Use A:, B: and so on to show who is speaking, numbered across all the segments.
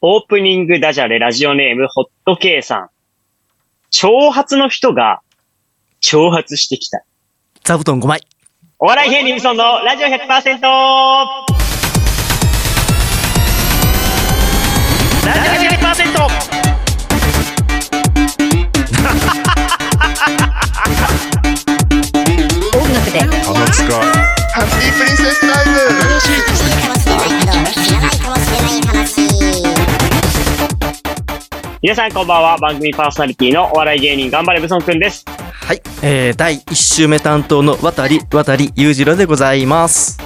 A: オープニングダジャレラジオネームホットケイさん。挑発の人が、挑発してきた。
B: 座布団5枚。
A: お笑い芸人ウソンのラジオ 100%! ラジオ 100%!
C: 音楽で
D: 鼻つか
E: ハッピープリンセスタイム
A: 皆さんこんばんは。番組パーソナリティのお笑い芸人頑張れブソンくんです。
B: はい。えー、第1週目担当の渡り、渡り裕次郎でございます。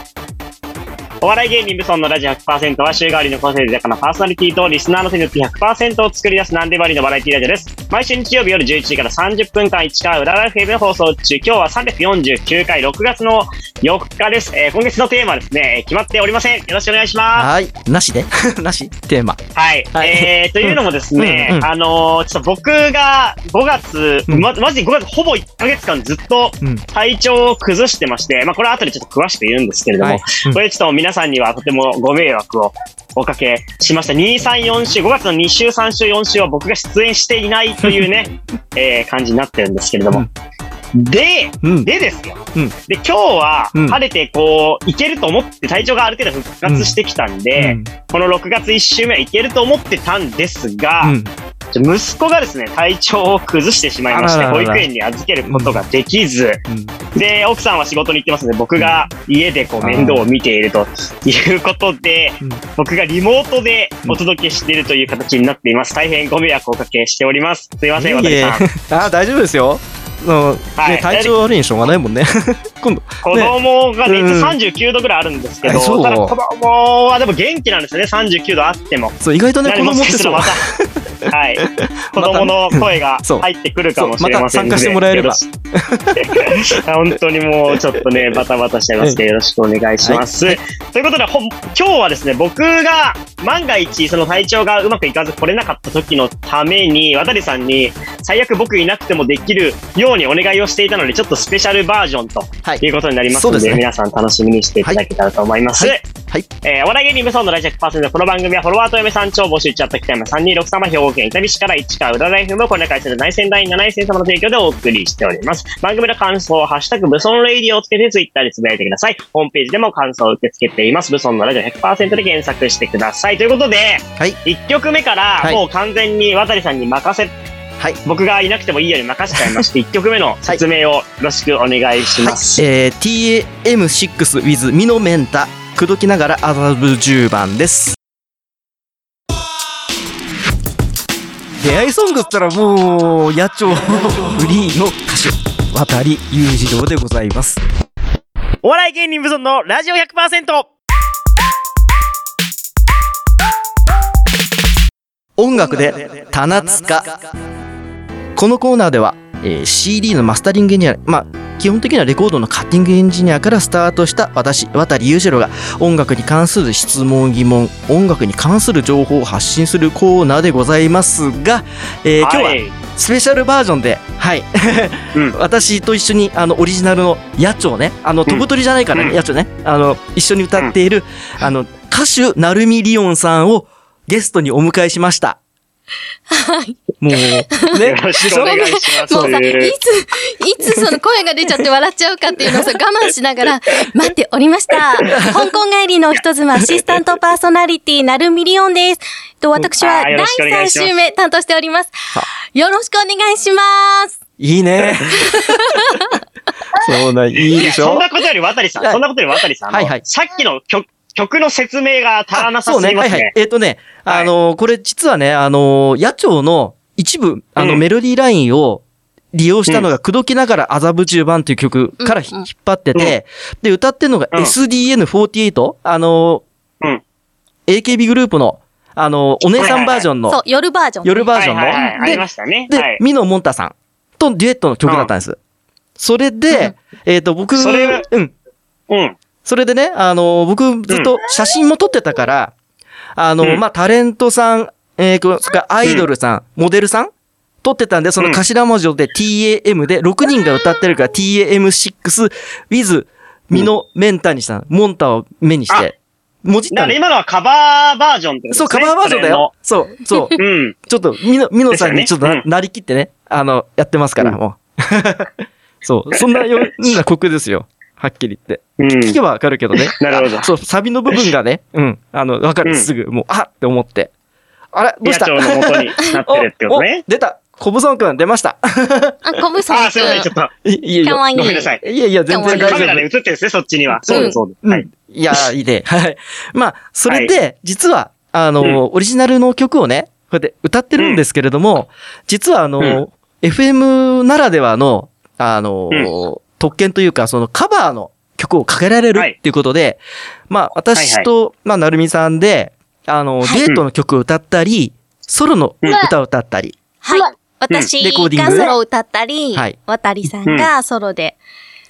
A: お笑い芸人ブソンのラジオ100%は週替わりの個性豊かなパーソナリティとリスナーの手によって100%を作り出す何でもありのバラエティラジオです。毎週日曜日夜11時から30分間1回裏ライフ FM で放送中。今日は349回6月の4日です。えー今月のテーマはですね、えー決まっておりません。よろしくお願いしま
B: はい。なしで なしテーマ。
A: す。はい。
B: はい
A: えー、というのもですね、
B: うんうん
A: あのーちょっと僕が5月、
B: うん
A: ま、マジで5月ほぼ1ヶ月間ずっと
B: うん。
A: 体調を崩してまして、まあこれは後でちょっと詳しく言うんですけれども、
B: はい。うん
A: これちょっと皆さんにはとてもご迷惑をおかけしました。2、3、4週、5月の2週、3週、4週は僕が出演していないというね、えー感じになってるんですけれども。で、
B: うん。
A: でですよ。
B: うん
A: で、今日は
B: うん
A: 晴れてこう、いけると思って体調がある程度復活してきたんで、この6月1週目はいけると思ってたんですが、
B: うん。うん。
A: ちょ息子がですね、体調を崩してしまいまして、
B: あらら
A: 保
B: らら
A: 育園に預けることができず、
B: うん
A: で、奥さんは仕事に行ってますので、僕が家でこう
B: あー
A: 面倒を見ているということで
B: うん、
A: 僕がリモートで
B: うん
A: お届けしているという形になっています。大変ご迷惑をおかけしております。すいません、
B: いえい
A: 私
B: え
A: さん。
B: あー、大丈夫ですよ。あの、
A: はい
B: ね、体調悪いにしょうがないもんね。 今度。
A: 子供が熱
B: うん
A: 39度ぐらいあるんですけど、
B: あそう
A: ただ子供はでも元気なんですね、39度あっても。
B: そう、意外とね、子
A: 何も
B: 供ってそう。
A: また、 はい。子供の声が
B: そう
A: 入ってくるかもしれませんので。
B: そうまた参加してもらえれば
A: よろし。 本当にもうちょっとね、バタバタしてますけど、よろしくお願いします。ということで、ほん今日はですね、僕が万が一、その体調がうまくいかず来れなかった時のために、渡さんに、最悪僕いなくてもできるようにお願いをしていたので、ちょっとスペシャルバージョンと
B: はい
A: いうことになります
B: そ
A: の
B: う
A: で、
B: ですね
A: 皆さん楽しみにしていただけたらと思います。
B: はいはい
A: えーお笑い芸人無双のラジオ100%この番組はフォロワーと嫁さん超募集中あった北山326様兵庫県伊丹市から市川裏ライフもこれら会社で内戦第7戦様の提供でお送りしております。番組の感想はハッシュタグ無双のレイディオをつけてツイッターでつぶやいてください。ホームページでも感想を受け付けています。無双のラジオ100%で検索してください。ということで、
B: はい
A: 1曲目から
B: はい
A: もう完全に渡さんに任せ、
B: はい
A: 僕がいなくてもいいように任せちゃいまして、1曲 目の説明をよろしくお願いします。
B: えー、TAM6 with ミノメンタ。口説きながら麻布10番です。出会いソングっつったらもう、野鳥 フリーの歌手、渡り裕次郎でございます。
A: お笑い芸人無双のラジオ 100%!
B: 音楽で棚塚このコーナーでは、えー CD のマスタリングエンジニアまあ基本的にはレコードのカッティングエンジニアからスタートした私渡り裕次郎が音楽に関する質問疑問音楽に関する情報を発信するコーナーでございますが、えー今日はスペシャルバージョンで、はい、
A: うん
B: 私と一緒にあのオリジナルの野鳥ね、あの飛ぶ鳥じゃないからね、
A: うん
B: 野鳥ね、あの一緒に歌っている、あの歌手なるみりおんさんをゲストにお迎えしました。
F: はい。
B: もうね、
A: よろしくお願いします。
F: もうさ、
A: とい
F: いうつ、いつその声が出ちゃって笑っちゃうかっていうのをさ、我慢しながら待っておりました。香港帰りの人妻アシスタントパーソナリティ、なるみりおんです。と、私は
A: あーよろしくお願
F: 第
A: いします
F: 3週目担当しております。よろしくお願いします。
B: いいね。そうなん、いいでし
A: そん
B: ょ
A: なことより渡さん、
B: はい
A: そんなことより渡さん、あの
B: はいはい
A: さっきの曲曲の説明が足らなさ
B: そう
A: す
B: ね、
A: ぎま
B: はい
A: す
B: は
A: ね
B: い。。えっ、とね、あのこれ実はね、あの野鳥の一部、あの、
A: うん
B: メロディーラインを利用したのが、口説きながら麻布十番という曲からひ
F: うん
B: 引っ張ってて、で、歌ってるのが
A: うん
B: SDN48、あの
A: うん
B: AKB グループの、あのお姉さんバージョン
F: そう
B: の、、
F: 夜バージョンね。
B: 夜バージョンの、
A: はいはいはいあ
B: で
A: りましたね。は
B: で
A: い、。
B: ミノモンタさんとデュエットの曲だったんです。それで、えっ、と、僕、
A: それ
B: うん。
A: うん。
B: それでね、あの僕ずっと写真も撮ってたから、あの
A: うん
B: まあ、タレントさん、えー、こそれからアイドルさん、モデルさん撮ってたんで、その頭文字で TAM で6人が歌ってるから TAM6 with ミノメンタにしたのモンタを目にして。もじっ
A: だか
B: たの
A: ら。今のはカバーバージョンってことです
B: そ
A: ね。
B: う、カバーバージョンだよ。そう、そう
A: そ。れの。うん。
B: ちょっと、みの、みのさんに
A: です
B: ちょ
A: よ
B: っ
A: ね
B: とな,、
A: うん
B: りきってね、あの、やってますから、
A: うん
B: もう。 そう、そんなような曲ですよ。はっきり言って。
A: うん。
B: 聞けばわかるけどね。
A: なるほど
B: あそう、サビの部分がね、うん、あの、わか
A: う
B: る、
A: ん
B: すぐ、もう、あっって思って。あれどう
A: 野
B: した。
A: 鳥の元になってるって ことね
B: おお出たコブソンくん出ました
F: あ、コブソン
A: ああ、すいません、ち
F: 君
A: ょっ。と。
B: いいいい
F: かわいい
A: ごめんなさい。
B: いやいや、全然大
F: か
B: 丈
A: カ
F: わい
A: メ
F: い
A: ラで映
B: 夫。
A: ってるんですね、そっちには。そうです、そうです。
B: う
A: はい
B: ん。いやー、い いで。はい。まあ、それで、実は、あのー、オリジナルの曲をね、こうやって歌ってるんですけれども、実はあのー、FM ならではの、あのー、特権というか、そのカバーの曲をかけられる
A: はい
B: っていうことで、まあ、私と、まあ、なるみさんで、あのー、
F: はい
B: デートの曲を歌ったり、ソロの
A: うん
B: 歌を歌ったり、
F: はい。私
B: レコーディン
F: が
B: グね
F: ソロを歌ったり、
B: はい
F: 渡さんがソロで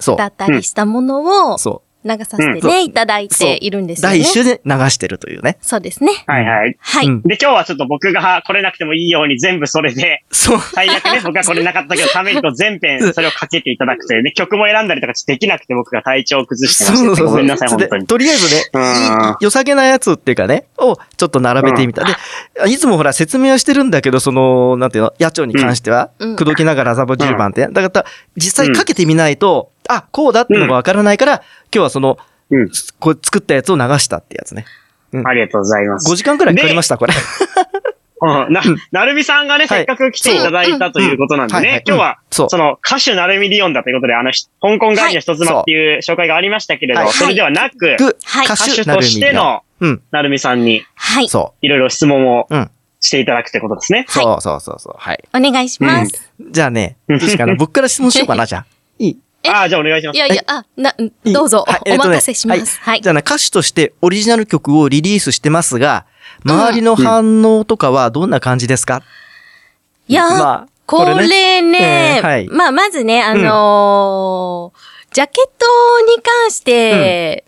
B: そう。
F: 歌ったりしたものを
B: そ。
F: 流させて
A: そ
F: ね、いただいう
B: そう
F: ているんですよ
B: 第
F: ね
B: 一。週で流してるというね。
F: そうですね。
A: はいはい。
F: はい。
B: うん
A: で、今日はちょっと僕が来れなくてもいいように全部それで、
B: そう。
A: 最悪ね、僕が来れなかったけど、ためにと全編それをかけていただくと いうね、曲も選んだりとかできなくて僕が体調を崩してま
B: そ
A: した。
B: うそう
A: ご
B: そ
A: め
B: う。
A: んなさい、本当
B: で
A: に。
B: とりあえずね
A: うん
B: いい、良さげなやつっていうかね、をちょっと並べてみた。で、いつもほら説明はしてるんだけど、その、なんていうの、野鳥に関しては、
F: うん
B: 口説きながら麻布十番ってね。だから、実際かけてみないと、あ、こうだってのがわからないから、今日はその、
A: うん。
B: こう作ったやつを流したってやつね。
A: ありがとうございます
B: 5。時間くらいかかりました、これ。
A: うんな、なるみさんがね、
B: はい
A: せっかく来ていただいたということなんで
B: うんはいはい
A: ね、今日は、
B: そう
A: その歌手なるみリオンだということで、あの、ひ香港外の人妻っていう紹介がありましたけれ
B: は
A: ど、
B: い
A: それではなく、
B: ぐ
F: はい
B: 歌
A: 歌手
B: 手なる
A: と
B: み
A: して
B: の。
A: の
B: うん。
A: なるみさんに、
F: はい。
B: そ
A: いろいろ質問を
B: う。うん。
A: していただくということですね。
B: そうそうそうそう。はい。
F: お願いします。
B: じゃあね、どうしようかな僕から質問しようか な、じゃあ。いい
F: え
A: ああ、じゃあお願いしま
F: い
A: す。
F: やいや、あ、な、うん
B: いい
F: どうぞ
B: はい、
F: お
B: えっとね
F: 任せします。はい
B: じ。ゃあね、歌手としてオリジナル曲をリリースしてますが、周りの反応とかはどんな感じですか、
F: いや
B: ま
F: ー
B: あ、
F: こ
B: え
F: れ
B: ーは
F: ね
B: い、
F: まあ、まずね、あのー、ジャケットに関して、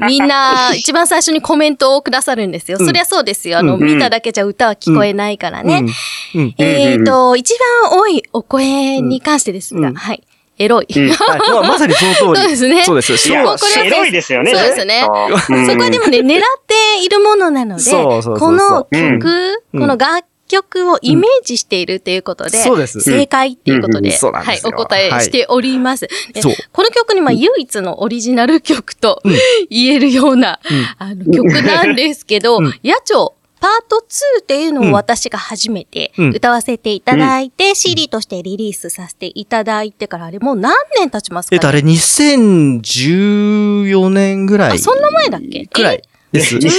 F: みんな一番最初にコメントをくださるんですよ。
B: うん
F: そりゃそうですよ。あの、
B: うん
F: 見ただけじゃ歌は聞こえないからね。
B: うん。うん。
F: えーと、一番多いお声に関してですが、
B: うん
F: はい。エロい。
A: ん
B: はい、まあまさにその通
F: そう
B: り。
F: ですね
B: そうです。
A: いや
B: そう
F: これは
A: エロいですよね。
F: そうですね
A: うん
F: そこはでもね、狙っているものなので、
B: そうそうそうそう
F: この曲、
B: うん
F: この楽曲をイメージしているということで、
B: うんそうです
F: 正解っていうことで、
B: うんそうなん
F: は
B: で
F: い
B: す、よ
F: お答えしております。で
B: そう
F: この曲にまあ唯一のオリジナル曲と言えるような、あの曲なんですけど、
B: うん
F: 野鳥、パート2っていうのを私が初めて
B: うん
F: 歌わせていただいて、CD としてリリースさせていただいてから、あれもう何年経ちますか
B: え
F: ね
B: っと、あれ、2014年ぐらい。
F: あそんな前だっけ
B: くらいです。
F: 14年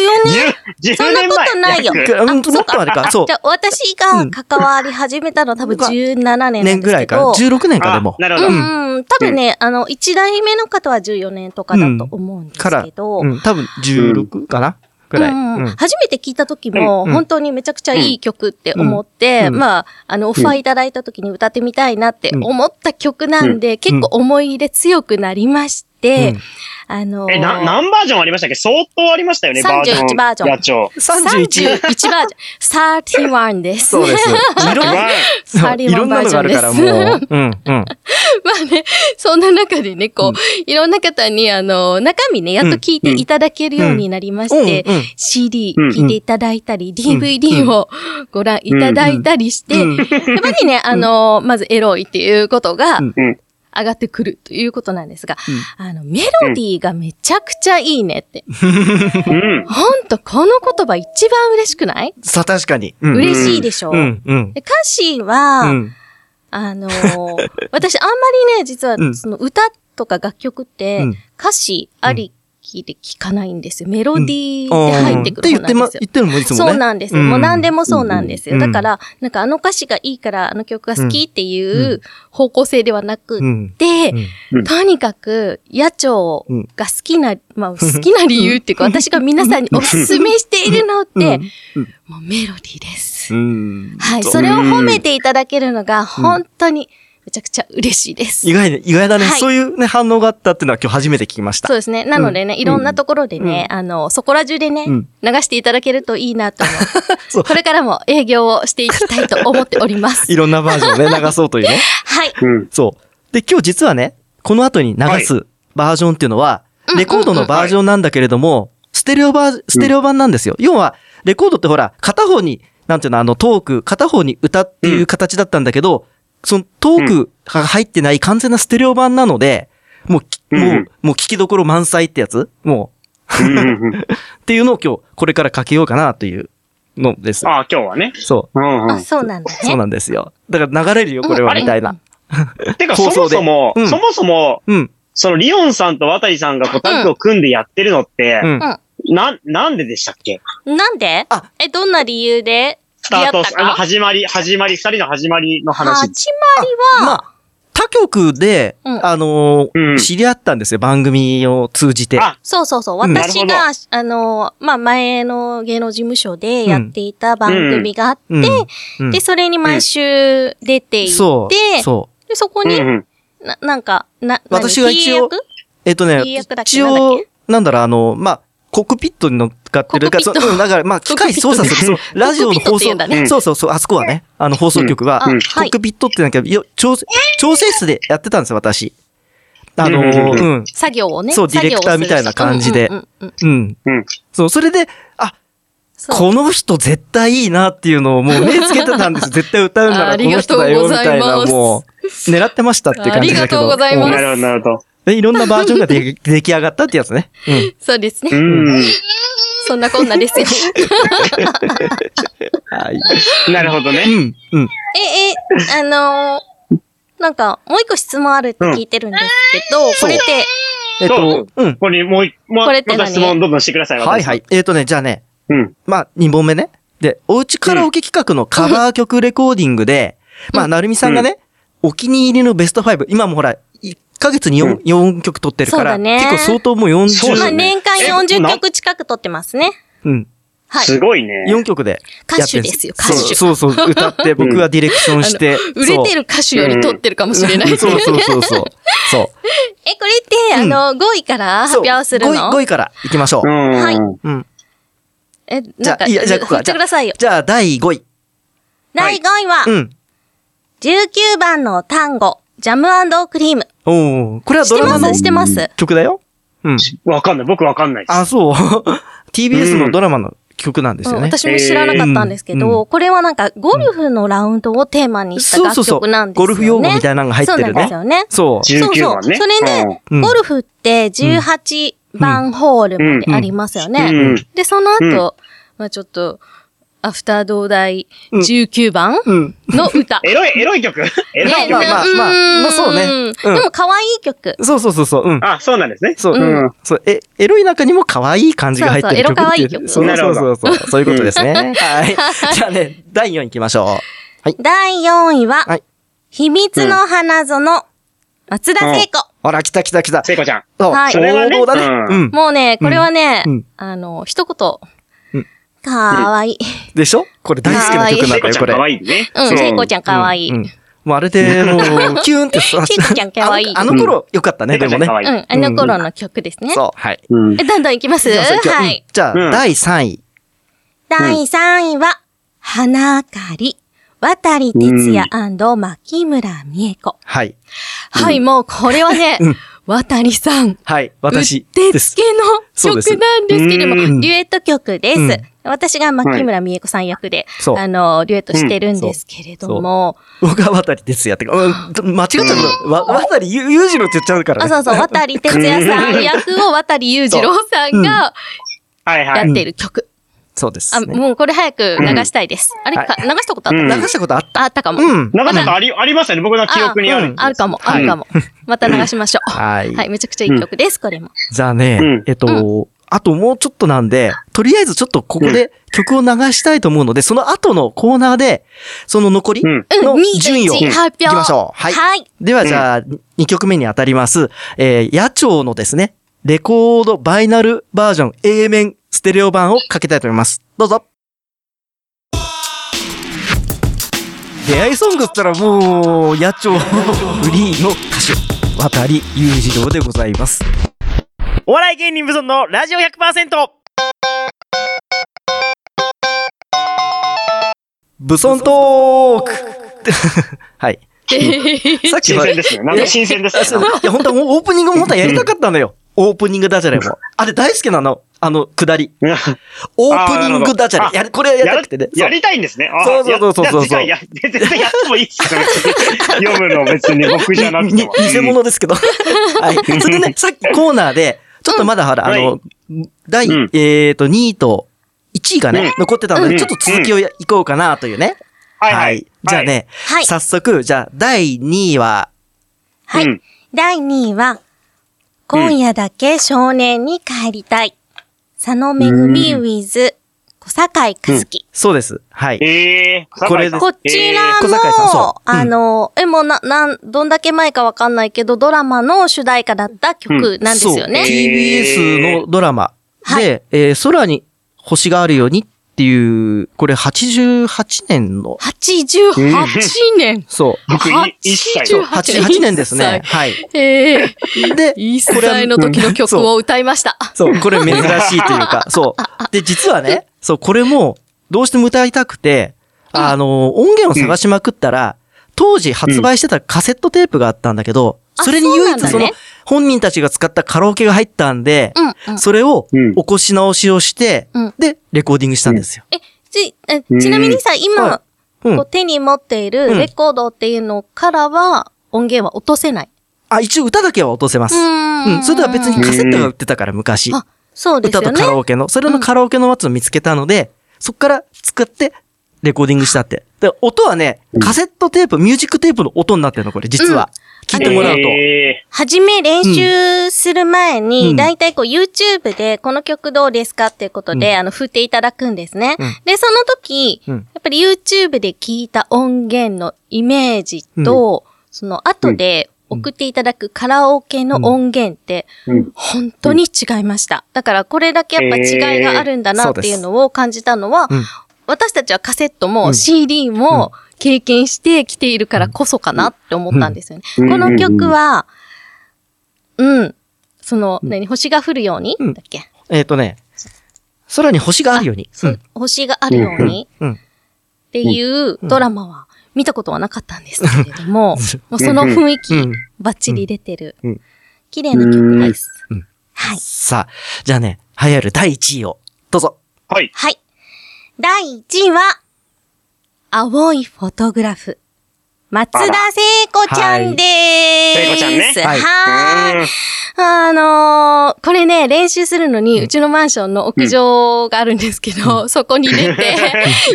A: 10 10
F: そんなことないよ。
A: 年前
B: 約うんもっと
F: そう
B: あれかそう
F: じゃあ、私が関わり始めたのは多分17年なんですけど。
B: 年ぐらいから。16年か、でも
A: あ。なるほど。
F: うん、うん、多分ね、あの、1代目の方は14年とかだと思うんです
B: から、
F: けど、
B: うん、多分16かなくらい。
F: うん
B: うん。
F: 初めて聞いた時も、
B: うん
F: 本当にめちゃくちゃいい曲って思って、
B: うん
F: まあ、あの、オファーいただいた時に歌ってみたいなって思った曲なんで、結構思い入れ強くなりまして、
B: うん
F: あのー
A: え、な、何バージョンありましたっけ相当ありましたよね、バージョン。
F: 31バージョン
A: 野鳥。
B: 31。
F: 31バージョン。31です。
B: そう です。いろんな、
F: 31
B: いろんなのがあるから、もう。 うん、うん。
F: まあね、そんな中でね、こう、いろんな方に、あの、中身ね、やっと聞いていただけるようになりまして、
B: うんうんうん
F: CD
A: うん
F: 聞いていただいたり、DVD をご覧いただいたりして、
B: うんうん
F: やっぱりね、あの、まずエロいっていうことが
B: うん
A: うん
F: 上がってくるということなんですが、あの、メロディーがめちゃくちゃいいねって。
A: うん。
F: ほんと、この言葉一番嬉しくない
B: さあ、確かに。うん
F: 嬉しいでしょ、
B: うん、うん。
F: で歌詞は、
B: うん。
F: あのー私あんまりね、実は
B: う、ん
F: その歌とか楽曲って
B: うん、
F: 歌詞ありきで聞かないんですよ。メロディー
B: あ
F: で
B: ー
F: 入ってくる
B: って言
F: も
B: っ
F: の
B: て
F: なん
B: ま、
F: ですよ
B: 言。ってるもんいつもね。
F: そうなんですよ。もう何でもそうなんですよ。
B: うん
F: だから、なんかあの歌詞がいいから、あの曲が好きっていう方向性ではなく
B: うん
F: て
B: う、ん
A: うん
F: とにかく、野鳥が好きな、まあ、好きな理由っていうか、私が皆さんにお勧めしているのって、もうメロディーです。
B: うん
F: はい、
B: そう
F: それを褒めていただけるのが本当にめちゃくちゃ嬉しいです。
B: 意外ね、意外だね。
F: はい
B: そういうね、反応があったっていうのは今日初めて聞きました。
F: そうですね。なのでね、いろんなところでね、あの、そこら中でね、
B: うん
F: 流していただけるといいなと思。
B: そうう
F: これからも営業をしていきたいと思っております。
B: いろんなバージョンをね、流そうというね。
F: はい。
A: うん。
B: そう。で、今日実はね、この後に流すバージョンっていうのは、レコードのバージョンなんだけれども、ステレオバー、ステレオ版なんですよ。要は、レコードってほら、片方に、なんていうの、あの、トーク、片方に歌っていう形だったんだけど、そのトークが入ってない完全なステレオ版なので、もうき、
A: うん
B: もう、もう聞きどころ満載ってやつも
A: うんうんうん
B: う、っていうのを今日、これからかけようかなというのです。
A: ああ、今日はね。
B: そ
A: うんう
F: あ、
A: ん。
F: そうなんだ
B: う。そう
F: ね。
B: なんですよ。だから流れるよ、これ
F: うん
B: は、
F: あれ
B: みたいな。
A: てか、そ
B: 放
A: も
B: 送で
A: そも、
B: うん
A: そもそも、
B: うん。
A: そのリオンさんと渡井さんがこうタッグを組んでやってるのって
B: う、ん。
A: な、なんででしたっけ
F: なんで
B: あ
F: え、どんな理由で
A: ス
F: 出
A: ター
F: 会っ
A: ト
F: た、
A: あの、
F: か
A: 始まり、始まり、二人の始まりの話。
F: 始まりは、
B: まあ、他局で、
F: うん
B: あのー
A: うん
B: 知り合ったんですよ、番組を通じて。
A: あ
F: そうそうそう。
B: うん
F: 私
A: な
F: が、あの、まあ、前の芸能事務所でやっていた番組があって、
B: うんうん
F: で、それに毎週出ていて、
B: そう、そう。
F: で、そこ
A: うん
F: に、
A: うん。
F: ななんか、な、何
B: 私が一応
F: T 役
B: えっとね
F: 契約だ、っけ
B: 一
F: なんだっ
B: 応、なんだろう、あの、まあ、コックピットに乗っかってる
F: コ
B: か
F: ックピット
B: ら、そううんだ から、まあ、機械操作する、そう、ラジオの放
F: コックピッ
B: 送、
F: トって言うんだ
A: ね
B: そうそうそう、あそこはね、あの、放送局が、
F: あ
A: うん
B: コ
F: は
B: ッ
F: い。
B: クピットってなんか、よ調整、調整室でやってたんですよ、私。あの
A: うんうん
B: ー、
A: う
B: うん、
F: 作業をね。
B: そう
F: 作業
B: ディレ
F: を
B: クターみたいな感じです
F: る人うんうんうんうん
B: うん。
A: うん。
B: そう、それで、あ、
F: そう
B: この人絶対いいなっていうのをもう目つけてたんです。 絶対歌うな
F: あ
B: ら
F: り
B: この
F: がと
B: 人
F: う
B: だよ
F: ご
B: み
F: ざ
B: た
F: い
B: い
F: ます
B: な、もう、狙ってましたって感じだけど。
F: ありがとうございます
A: なるほど、なるほど。
B: うんいろんなバージョンがで出来上がったってやつね。うん。
F: そうです
A: う
F: ね。
A: ん。
F: そんなこんなですよ。
B: はい。
A: なるほど
B: う
A: ね。
B: ん。うん。
F: え、え、あのーなんか、もう一個質問あるって聞いてるんですけど、これって、
B: えっと、うん。
A: これにもう一、もう、
F: これ
A: ま
F: って何
A: た質問どんどんしてください。。
B: はいはいい。えっとね、じゃあね、
A: うん。
B: まあ、2本目ね。で、おうちカラオケ企画のカバー曲レコーディングで、
F: うん
B: まあ、なるみさんがね、お気に入りのベスト5、今もほら、1ヶ月に 4,、
A: うん
B: 四曲撮ってるから、
F: そうだね
B: 結構相当もう
A: そう
F: ま
A: だ
F: あ
A: ね
B: 40、
F: 年間
A: え
F: 40
A: な
F: 曲近く撮ってますね。
B: うん、
F: はい。
A: すごいね。
B: 4曲でや
F: 歌
B: って
F: 手
B: るん
F: ですよ、歌手。
B: そう そうそう、歌って、僕がディレクションして。
F: 売れてる歌手より撮ってるかもしれない。
B: そう。
F: え、こ
B: そうそうそうそう。そう。
F: れって、あ
B: うん
F: の、5位から発表するの
B: ?5 位、5位から行きましょ
A: う
B: う。
A: ん。
F: はい
B: うん。
F: え、
B: じゃ
F: なん
B: あ、
F: か、
B: いや、じゃあ、ここ
F: 言
B: は
F: っ。てくださいよ。
B: じゃあ、第5位。
A: はい
F: 第5位は
B: う、ん。
F: 19番の単語、ジャムクリーム。
B: おお、これは
F: 知
B: ド
F: って
B: ラ
F: ま
B: マの
F: す知ってます。
B: 曲だよ。うん。
A: わかんない。僕わかんないです。
B: あ、そう。TBS のドラマの曲なんです
F: うん
B: よね。
F: 私も知らなかったんですけ
B: えー
F: ど、これはなんかゴルフのラウンドをテーマにした
B: そうそ
F: 楽
B: うそう
F: 曲なんです
B: ゴ
F: よね。
B: ルフ用語みたいなのが入ってるね
F: そうなんですよね。
B: そ
A: 19
F: そうそう
A: 番ね。
F: それで
B: うん
F: ゴルフって18番ホールまでありますよね。
A: うんうん
F: で、その後、まあちょっと、アフター道大19番
B: う。うん。
F: の歌。
A: エロい、エロい曲エロい
B: ね
A: 曲
B: まあまあまあ
F: ん
B: まあそうねうん
F: でも可愛い曲。
B: そうそうそうそう。うん。
A: あ、そうなんですね。
B: そう、
A: うん
B: そう、え、エロい中にも可愛い感じが入ってる曲っていう。
A: そ
F: そう
A: うエロ可愛い曲
B: そうそうそうそう。そういうことですね。 はい。じゃあね、第4位行きましょ
F: 第4位は、
B: はい
F: 秘密の花園、松田聖子。
B: う。ほら、来た来た来た。
A: 聖子ちゃん。
B: そう、
F: はい
B: 衝動だね。
A: う
B: うんん。
F: もうね、これはね、
B: うんうん
F: あの、一言、
B: うん
F: かわいい。
B: でしょこれ大好きな曲
A: 聖
B: なんだ
A: 子
B: よ、
A: ちゃ
B: こ
A: ん
B: れ。
A: 可愛いね。
F: うん、聖子ちゃんかわいい。
B: う
F: うんん、
B: うんもうあれで、もう、キュンってさ
F: キュンちゃん可愛い
B: あのあの頃、よかったね、
A: 聖
B: で
A: 子ちゃ
B: も
A: ん
B: ね
A: 可。愛い。
F: あの頃の曲ですね。
B: そう、はい。
A: うん
F: え、どんどんいきます
B: じゃあじゃあ
F: は
B: うん
F: い。
B: じゃ
A: う
B: あ、
A: ん
B: 第3位。
F: 第3位は、花あかり、渡哲也牧村美恵子。
B: はい。
F: はい、もうこれはね、
B: うん
F: 渡さん。
B: はい、私
F: うって
B: で
F: つ
B: す
F: け。
B: そう
F: の
B: です
F: 曲なんですけれども、
B: うん
F: デュエット曲です。
B: うん
F: 私が牧村美恵子さん役で、
B: そう
F: あの、デュエットしてるんですけれども、
B: 僕は渡哲也ってか、うん間違っちゃった。わ渡ゆ裕次郎って言っちゃうから
F: あ、
B: ね。
F: そうそう、渡哲也さん役を渡裕次郎さんが
A: はいは
F: や
A: い。
F: っている曲。
B: そうです
F: あ、
B: ね。
F: もうこれ早く流したいです。あれか、流したことあった、
A: うん
B: 流したことあった
F: ああったかも。
B: うん。
A: なんかなんかあり、ありましたね。僕の記憶にあ
B: う
A: る
B: ん。
F: あるかも、
A: はい
F: あるか も。また流しましょう。
B: は
F: はい、めちゃくちゃいい曲です、これも。
B: じゃあね、
A: うん
B: えっと、あともうちょっとなんで、とりあえずちょっとここで曲を流したいと思うので、その後のコーナーで、その残り
A: うん
F: うん、
B: の
F: 2
B: 順位をい
F: 1発表。
B: きましょう。はい。
F: はい。
B: ではじゃあ、2曲目に当たります、えー、野鳥のですね、レコードバイナルバージョン A 面ステレオ版をかけたいと思います。どうぞ。出会いソングっつったらもう、野鳥フリーの歌手、渡り裕次郎でございます。
A: お笑い芸人無尊のラジオ 100%!
B: ブソントークはい。さっき
A: 新
B: は、
A: 鮮
B: い
A: ですね。なんか新鮮ですね。
B: や、本当はオープニングも本当はやりたかったのよ。オープニングダジャレも。あれ大好きなの。あの、下り。
A: うん
B: オープニングダジ
A: あ
B: ャ
A: ー
B: レ。やる、これはやりたくてね。
A: やりたいんですね。あ
B: そうそうそうそうそう
A: じゃあじゃあ次回や、全然やってもいいっすよ 別に読むの別に僕じゃなくて
B: に
A: も。
B: 偽物ですけど。 はい。それでね、さっきコーナーで、ちょっとまだほら、あの、第、
A: うん
B: えっと、2位と1位がね、
A: うん
B: 残ってたの
A: うん
B: で、ちょっと続きをやいこうかなというね。
A: はいはい。
B: じゃあね、
F: はい
B: 早速、じゃあ、第2位は、
A: は。
F: はいい。
A: うん
F: 第2位は、今夜だけ少年に帰りたい。佐野めぐみ with 小坂井和樹。
B: そうです。はい。
A: えー、
B: これです
F: こちら
B: えー小坂井さん
F: も
B: そ、ううん
F: あの、え、もうな、なん、どんだけ前かわかんないけど、ドラマの主題歌だった曲なんですよ
B: そう
A: え
F: ね。
B: TBS のドラマ
F: はい
B: で、えー空に星があるようにっていう、これ88年の、
F: 88年。
B: そう。
A: 僕い一切
F: 88
B: 88年ですね。はい。
F: ええ
B: で、
F: 一歳の時の曲を歌いました。
B: そう、これ珍しいという か、そう。で、実はね、そう、これも、どうしても歌いたくて、あの、音源を探しまくったら、当時発売してたカセットテープがあったんだけど、
F: あ
B: それに唯一
F: そうなん
B: そ
F: だ
B: の
F: ね、
B: 本人たちが使ったカラオケが入ったんで、
F: うん、うん。
B: それを
A: うん
B: 起こし直しをして
F: うん、
B: で、レコーディングしたんですよ。
F: え、ち、えちなみにさ、今、
B: う。
F: こうん手に持っているレコードっていうのからは、音源は落とせない。
B: あ、一応歌だけは落とせます。
F: う
B: うん。それとは別にカセットが売ってたから、昔。
F: あ、そうです
B: 歌
F: よ
B: と
F: ね
B: カ。ラオケの、それのカラオケのやつを見つけたので、そっから使って、レコーディングしたって。で、音はね、カセットテープ、ミュージックテープの音になってるの、これ、実は。聞いてもらうと。
A: え
F: はじめ練習する
B: う
F: 前に、
B: ん
F: だいたいこう YouTube でこの曲どうですかっていうことで、あの、振っていただくんですね。
B: うん
F: で、その時、
B: うん
F: やっぱり YouTube で聞いた音源のイメージと、その後で送っていただくカラオケの音源って、
A: ーうん
F: 本当に違いました。だからこれだけやっぱ違いがあるんだなっていうのを感じたのは、
B: うん
F: 私たちはカセット
B: う
F: も
B: ん
F: CD も経験してきているからこそかなって思ったんですよね。
A: うん
F: この曲は、うん、その、何、星が降るように、
B: うん
F: だっけ
B: えっ、とね、空に星があるように。
F: そう、星があるように
B: うん。うん。
F: っていうドラマは見たことはなかったんですけれども、もうその雰囲気
B: うん
F: バッチリ出てる
B: うんうん、
F: 綺麗な曲です
B: うん。
F: はい。
B: さあ、じゃあね、流行る第1位を、どうぞ。
A: ー、はい。
F: はい。第1位は、青いフォトグラフ。松田聖子ちゃんで
A: はい聖子
F: ーす。
A: ちゃんね
B: はい
F: はー
A: う
F: い
A: ん。
F: あのーこれね、練習するのに、うちのマンションの屋上があるんですけど、そこに出 て、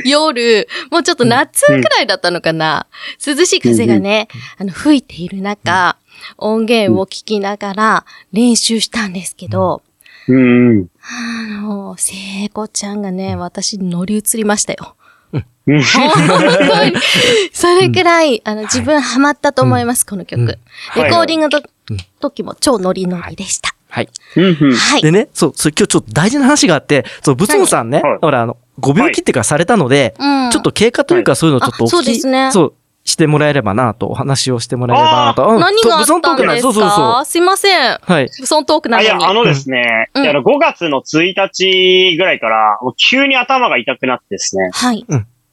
F: 夜、もうちょっと夏くらいだったのかな。涼しい風がね、あの、吹いている中、音源を聞きながら練習したんですけど、
A: うん。
F: あの、聖子ちゃんがね、私に乗り移りまし たよ。
A: うん
F: 本当に。それくらい、あの、自分ハマったと思います、この曲。
B: うん
F: レコーディングの時も超ノリノリでした。
B: はい。
A: うんうん
F: はい。
B: でね、そう、そう今日ちょっと大事な話があって、そう、ブツンさんね、
A: はい
B: ほら、あの、ご病気っていうかされたので、
F: うん
B: ちょっと経過というかそういうのちょっとお聞き、
F: はいあそうですね
B: そうしてもらえればなと、お話をしてもらえればなと。うん
F: 何
B: と
F: があっ
B: ブソント
F: た
B: ー
F: ん
B: クな
F: です
B: そうそうそ
F: かすいません。
B: う。はい。
F: ブソントークな
A: あ
F: の
A: い
F: に。
A: や、あのですね、
F: う
A: い
F: ん。
A: やあの5月の1日ぐらいから、もう急に頭が痛くなってですね
F: はい。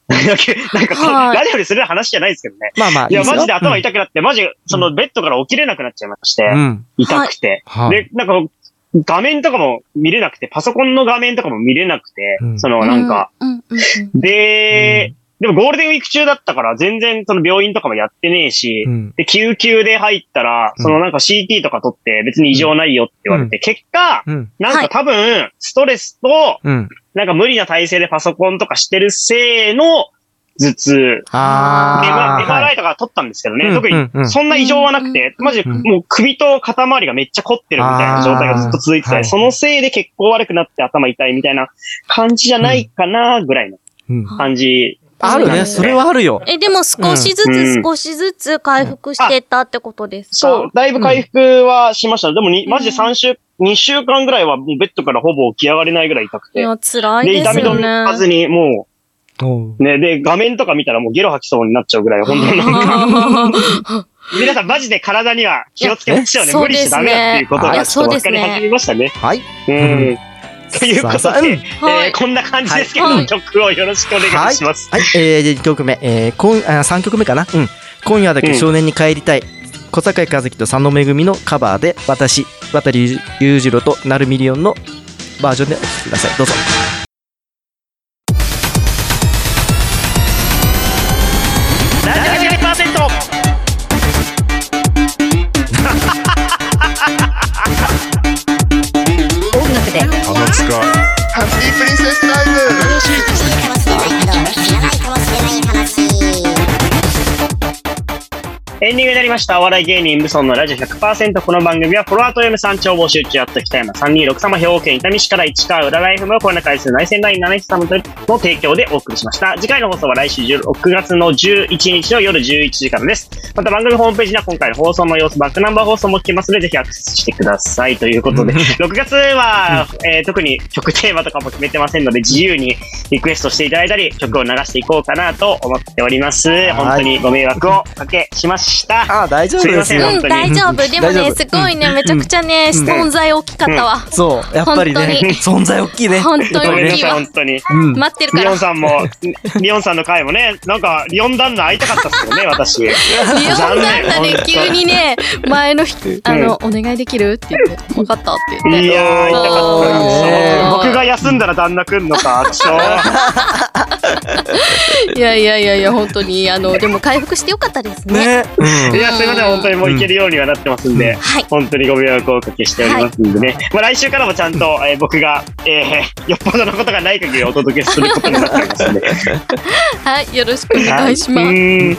A: なんか、なんかこう
F: はい
A: ラジオにする話じゃないですけどね。
B: まあまあ、
A: いや、
B: ですよ
A: マジで頭痛くなって、マジ、そのベッドから起きれなくなっちゃいまして
B: う、ん。
A: 痛くて。
B: はい
A: で、なんか、画面とかも見れなくて、パソコンの画面とかも見れなくて、
B: うん
A: その、なんか、
F: うん。うん。うん
A: で、でもゴールデンウィーク中だったから、全然その病院とかもやってねえし、
B: うん。
A: で、救急で入ったら、そのなんか CT とか取って別に異常ないよって言われて、結果、
B: うん。
A: なん
F: は
A: か
F: い
A: 多分、ストレスと、
B: うん。
A: なんか無理な体勢でパソコンとかしてるせいの頭痛。
B: あ
A: で、まあ、
B: ー。はい
A: MRI とか取ったんですけどね、
B: うん
A: 特
B: うんう
A: に、
B: ん
A: そんな異常はなくて、マジで
B: うん
A: もう首と肩周りがめっちゃ凝ってるみたいな状態がずっと続いて
B: あ
A: て、
B: ー
A: そのせいで血行悪くなって頭痛いみたいな感じじゃないかな、ぐらいの
B: うん
A: 感じ。
B: あるね、それはあるよ。
F: え、でも少しず
A: う
F: つ
A: ん
F: 少しずつ回復してったってことですか
A: そう、。だいぶ回復はしました。でもに、マジで3週、2週間ぐらいはもうベッドからほぼ起き上がれないぐらい痛く
F: い
A: て。
F: や、辛い
A: で、
F: で
A: 痛
F: す
A: み
F: よ
A: 止め
F: ね。
A: かずに、も
B: う
A: う、
B: ん
A: ね、で、画面とか見たらもうゲロ吐きそうになっちゃうぐらい、本当に。 皆さんマジで体には気をつけましょうね。
F: いや
A: 無理しちゃダメだっていうこと
B: い
A: が
F: や
A: ちょっと分かり
F: そうですね
A: 始めましたね。
B: はい。
A: うん。ということ
B: さあさあ
A: で、
B: うん
A: え
F: はい
A: ーこんな感じですけど、
F: はい
A: 曲をよろしくお願いします。
B: はい、えー、2曲目、えー、今あ3曲目かな、うん、今夜だけ少年に帰りたい、小坂井和樹と佐野恵のカバーで私渡り裕次郎となるミリオンのバージョンでお聴きくださいどうぞ
A: ラジオ100%
E: たなつかハッピープリンセスタイム
A: エンディングになりました。お笑い芸人、無尊のラジオ100%。この番組は、フォロワーと M さん超募集中やった北山326様、兵庫県伊丹市から市川浦ライフのこんな回数、内戦ライン7室様の提供でお送りしました。次回の放送は来週16月の11日の夜11時からです。また番組ホームページには今回の放送の様子、バックナンバー放送も聞けますので、ぜひアクセスしてください。ということで、6月は、えー特に曲テーマとかも決めてませんので、自由にリクエストしていただいたり、曲を流していこうかなと思っております。本当にご迷惑をおかけしました。
B: ああ大丈夫です
A: すいませ本
B: よ
F: うん、
A: 当に
F: 大丈夫。でも
B: 大丈
F: ね、
B: 夫
F: すごいね、めちゃくちゃね、
B: うん
F: 存在大きかったわ。
B: そうやっぱりね存在大きいね
F: 本当
A: ごめんな
F: に大きい
A: さい、
F: わ
A: 本。当に。
B: うん
F: 待ってるか
A: リオ
F: ら
A: ン。さんも、リオンさんの回もね、なんか、リオン旦那会いたかったっすよね、私。リオン
F: いや、なんだね、急にね、前の日、あの、お願いできるって言って、分かったって言って。
A: いやー、会いたかった
B: おー
A: そう僕が休んだら旦那来んのか、ちょ
F: いやいやいやいや、本当に、あの、でも回復してよかったですね。
B: ね
A: いや、すいません、本当にもういけるようにはなってますんで、
F: はい。
A: 本当にご迷惑をおかけしておりますんでね。まあ来週からもちゃんと、えー僕が、えーよっぽどのことがない限りお届けすることになっておりますんで。
F: はい、よろしくお願いしま
A: う
F: す。
A: ーん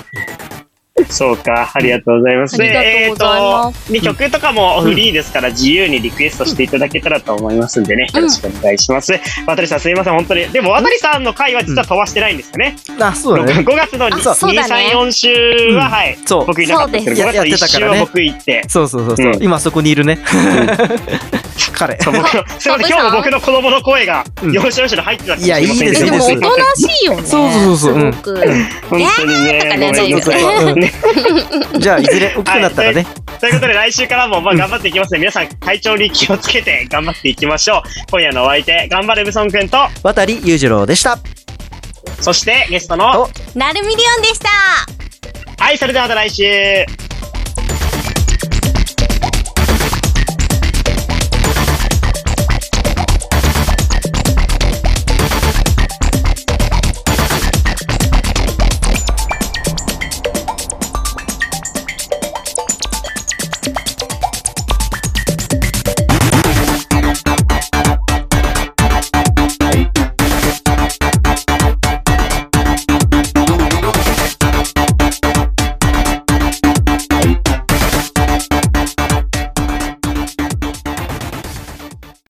A: そうか、ありがとうございます。
F: ありがとうござい
A: で
F: ます
A: えーとで曲とかもフリーですから、自由にリクエストしていただけたらと思いますんでね、
F: うん
A: よろしくお願いします。渡さん、すいません、本当に。でも、渡さんの回は実は飛ばしてないんですよね。
B: うんあそうだ
A: 5
B: ね
A: 月の2、
B: あ
F: そう
A: 3、
F: だね
A: 4週
B: う
A: は、
B: ん
A: はい。
B: そう
A: 僕いなかったですけど、
B: そう
A: 5
B: です
A: 月の1週は僕行って。
B: そうそうそうそう
A: うん
B: 今そこにいるね彼
A: そう僕のすいません、今日も僕の子供の声が、
B: うん
A: よしよしの入ってたかもし
B: いやい
A: れ
B: い
A: ま
B: です
A: せんけど
B: よ
F: えで
B: いい
F: も、お
A: 本
F: となしいよね。
B: そうそうそううん
F: すごく。は
A: 当にね、ごめんなさい
F: そうそう
B: うん じゃあいずれ大きくなったらね
A: ということで来週からもまあ頑張っていきますね皆さん体調に気をつけて頑張っていきましょう今夜のお相手頑張れブソン君と
B: 渡り裕次郎でした
A: そしてゲストの
B: お
F: なるみりおんでした。
A: はいそれではまた来週